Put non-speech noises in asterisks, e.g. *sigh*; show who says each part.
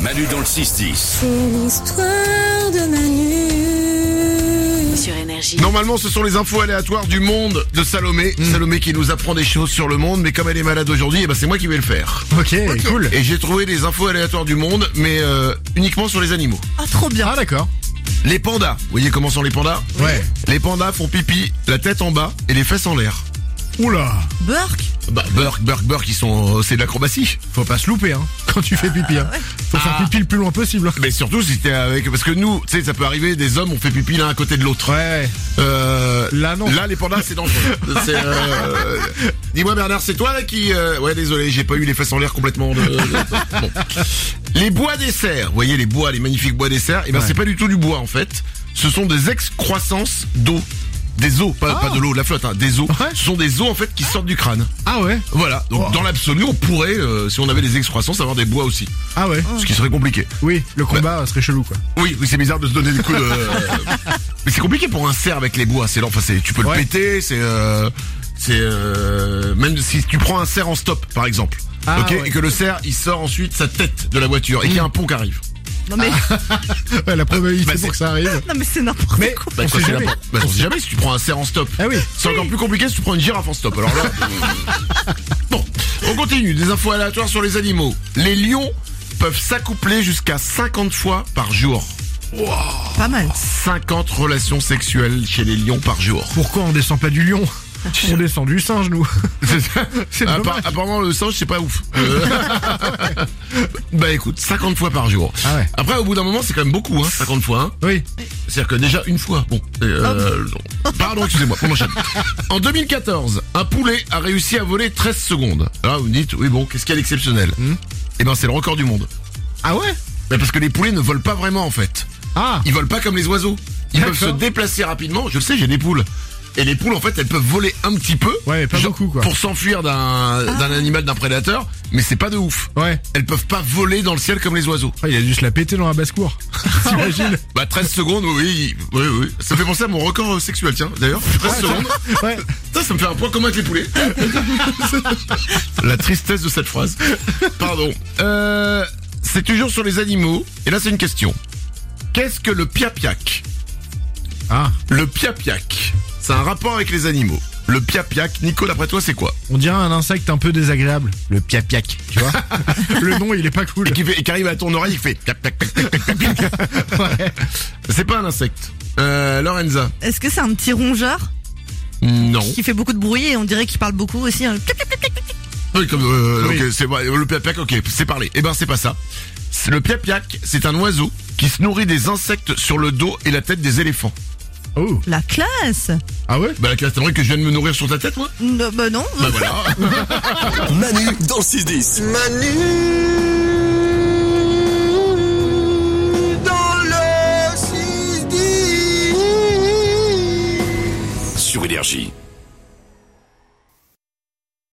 Speaker 1: Manu dans le 6-10.
Speaker 2: C'est l'histoire de Manu.
Speaker 3: sur énergie.
Speaker 4: Normalement, ce sont les infos aléatoires du monde de Salomé. Salomé qui nous apprend des choses sur le monde, mais comme elle est malade aujourd'hui, eh ben, c'est moi qui vais le faire.
Speaker 5: Ok, cool.
Speaker 4: Et j'ai trouvé des infos aléatoires du monde, mais euh, uniquement sur les animaux.
Speaker 5: Ah, trop bien. Ah, d'accord.
Speaker 4: Les pandas. Vous voyez comment sont les pandas
Speaker 5: Ouais.
Speaker 4: Les pandas font pipi, la tête en bas et les fesses en l'air.
Speaker 5: Oula.
Speaker 6: Burke
Speaker 4: Bah, burk, burk, burk, ils sont, euh, c'est de l'acrobatie.
Speaker 5: Faut pas se louper, hein, quand tu fais pipi, hein. Faut faire
Speaker 4: Ah.
Speaker 5: pipi le plus loin possible. hein.
Speaker 4: Mais surtout si t'es avec, parce que nous, tu sais, ça peut arriver, des hommes, on fait pipi l'un à côté de l'autre.
Speaker 5: Ouais.
Speaker 4: Euh,
Speaker 5: Là, non.
Speaker 4: Là, les pandas, c'est dangereux. C'est, *laughs* euh, Dis-moi, Bernard, c'est toi là qui. euh, Ouais, désolé, j'ai pas eu les fesses en l'air complètement. de- de- Bon. Les bois des cerfs. Vous voyez les bois, les magnifiques bois des cerfs. Et ben, c'est pas du tout du bois en fait. Ce sont des excroissances d'eau. Des eaux, pas, pas de l'eau, la flotte, hein, des eaux.
Speaker 5: Ouais.
Speaker 4: Ce sont des eaux en fait qui sortent du crâne.
Speaker 5: Ah ouais.
Speaker 4: Voilà. Donc,
Speaker 5: Oh.
Speaker 4: dans l'absolu, on pourrait, euh, si on avait des excroissances, avoir des bois aussi.
Speaker 5: Ah ouais.
Speaker 4: Ce qui serait compliqué.
Speaker 5: Oui, le combat euh, serait chelou, quoi.
Speaker 4: Oui, oui, c'est bizarre de se donner des coups de. euh,
Speaker 5: *laughs*
Speaker 4: Mais c'est compliqué pour un cerf avec les bois. C'est lent. Enfin, c'est- tu peux le
Speaker 5: Ouais.
Speaker 4: péter. C'est, euh, c'est euh, même si tu prends un cerf en stop, par exemple.
Speaker 5: Ah,
Speaker 4: ok,
Speaker 5: ouais. Hmm.
Speaker 4: et que le cerf il sort ensuite sa tête de la voiture et qu'il y a un pont qui arrive.
Speaker 6: Non mais,
Speaker 5: Ouais, la probabilité
Speaker 4: Bah, c'est-
Speaker 5: pour que ça arrive.
Speaker 6: non mais c'est n'importe
Speaker 5: Mais
Speaker 6: quoi.
Speaker 4: Bah,
Speaker 5: on
Speaker 4: quoi,
Speaker 5: sait
Speaker 4: c'est la
Speaker 5: jamais.
Speaker 4: porte. Bah, on sait jamais si tu prends un cerf en stop.
Speaker 5: Ah oui.
Speaker 4: C'est encore plus compliqué si tu prends une girafe en stop. Alors là. bon, on continue. Des infos aléatoires sur les animaux. Les lions peuvent s'accoupler jusqu'à 50 fois par jour.
Speaker 6: Pas mal.
Speaker 4: 50 relations sexuelles chez les lions par jour.
Speaker 5: Pourquoi on descend pas du lion On descend du singe, nous.
Speaker 4: C'est ça.
Speaker 5: *laughs*
Speaker 4: Ah,
Speaker 5: C'est
Speaker 4: Appa-
Speaker 5: dommage.
Speaker 4: apparemment, le singe, c'est pas
Speaker 5: *laughs*
Speaker 4: ouf. Euh, *laughs* bah écoute, 50 fois par jour.
Speaker 5: Ah ouais.
Speaker 4: Après, au bout d'un moment, c'est quand même beaucoup, hein, 50 fois. hein.
Speaker 5: Oui.
Speaker 4: C'est-à-dire que déjà une fois, bon.
Speaker 5: Ah
Speaker 4: euh, non. Pardon, excusez-moi, on
Speaker 5: *laughs*
Speaker 4: enchaîne. En 2014, un poulet a réussi à voler 13 secondes. Là, vous me dites, oui bon, qu'est-ce qu'il y a d'exceptionnel
Speaker 5: Hmm
Speaker 4: Eh ben, c'est le record du monde.
Speaker 5: Ah ouais.
Speaker 4: Mais parce que les poulets ne volent pas vraiment, en fait.
Speaker 5: Ah.
Speaker 4: Ils volent pas comme les oiseaux. Ils peuvent se
Speaker 5: D'accord.
Speaker 4: déplacer rapidement. Je le sais, j'ai des poules. Et les poules, en fait, elles peuvent voler un petit peu.
Speaker 5: Ouais, mais pas
Speaker 4: genre,
Speaker 5: beaucoup, quoi. Ah.
Speaker 4: Pour s'enfuir d'un d'un animal, d'un prédateur. Mais c'est pas de ouf.
Speaker 5: Ouais.
Speaker 4: Elles peuvent pas voler dans le ciel comme les oiseaux.
Speaker 5: Ah, il a dû se la péter dans la basse-cour. T'imagines
Speaker 4: Bah, 13 secondes, oui, oui, oui. Ça me fait penser à mon record euh, sexuel, tiens, d'ailleurs. 13 secondes.
Speaker 5: *laughs* Ouais.
Speaker 4: Ça, ça me fait un point commun avec les poulets. La tristesse de cette phrase. Pardon. Euh, c'est toujours sur les animaux. Et là, c'est une question. Qu'est-ce que le piapiac
Speaker 5: Ah.
Speaker 4: Le piapiac, c'est un rapport avec les animaux. Le piapiac, Nico, d'après toi, c'est quoi
Speaker 5: On dirait un insecte un peu désagréable. Le piapiac, tu
Speaker 4: *laughs*
Speaker 5: vois. le nom, il est pas cool.
Speaker 4: Et qui, fait- et qui arrive à ton oreille, il fait piac, piac, piac, piac, piac, piac, piac. *laughs*
Speaker 5: Ouais.
Speaker 4: C'est pas un insecte. Euh, Lorenza
Speaker 6: Est-ce que c'est un petit rongeur
Speaker 4: Non.
Speaker 6: qui fait beaucoup de bruit et on dirait qu'il parle beaucoup aussi hein.
Speaker 4: Oui, comme, euh,
Speaker 5: Oui.
Speaker 4: ok, c'est vrai, le piapiac, ok, c'est parlé. Eh ben, c'est pas ça. C'est- Le piapiac, c'est un oiseau qui se nourrit des insectes sur le dos et la tête des éléphants.
Speaker 5: Oh.
Speaker 6: La classe
Speaker 5: Ah ouais
Speaker 4: Bah, la classe, c'est vrai que je viens de me nourrir sur ta tête, moi
Speaker 6: Non, Bah non
Speaker 4: Bah, voilà.
Speaker 1: Manu dans le 6-10. Sur Énergie.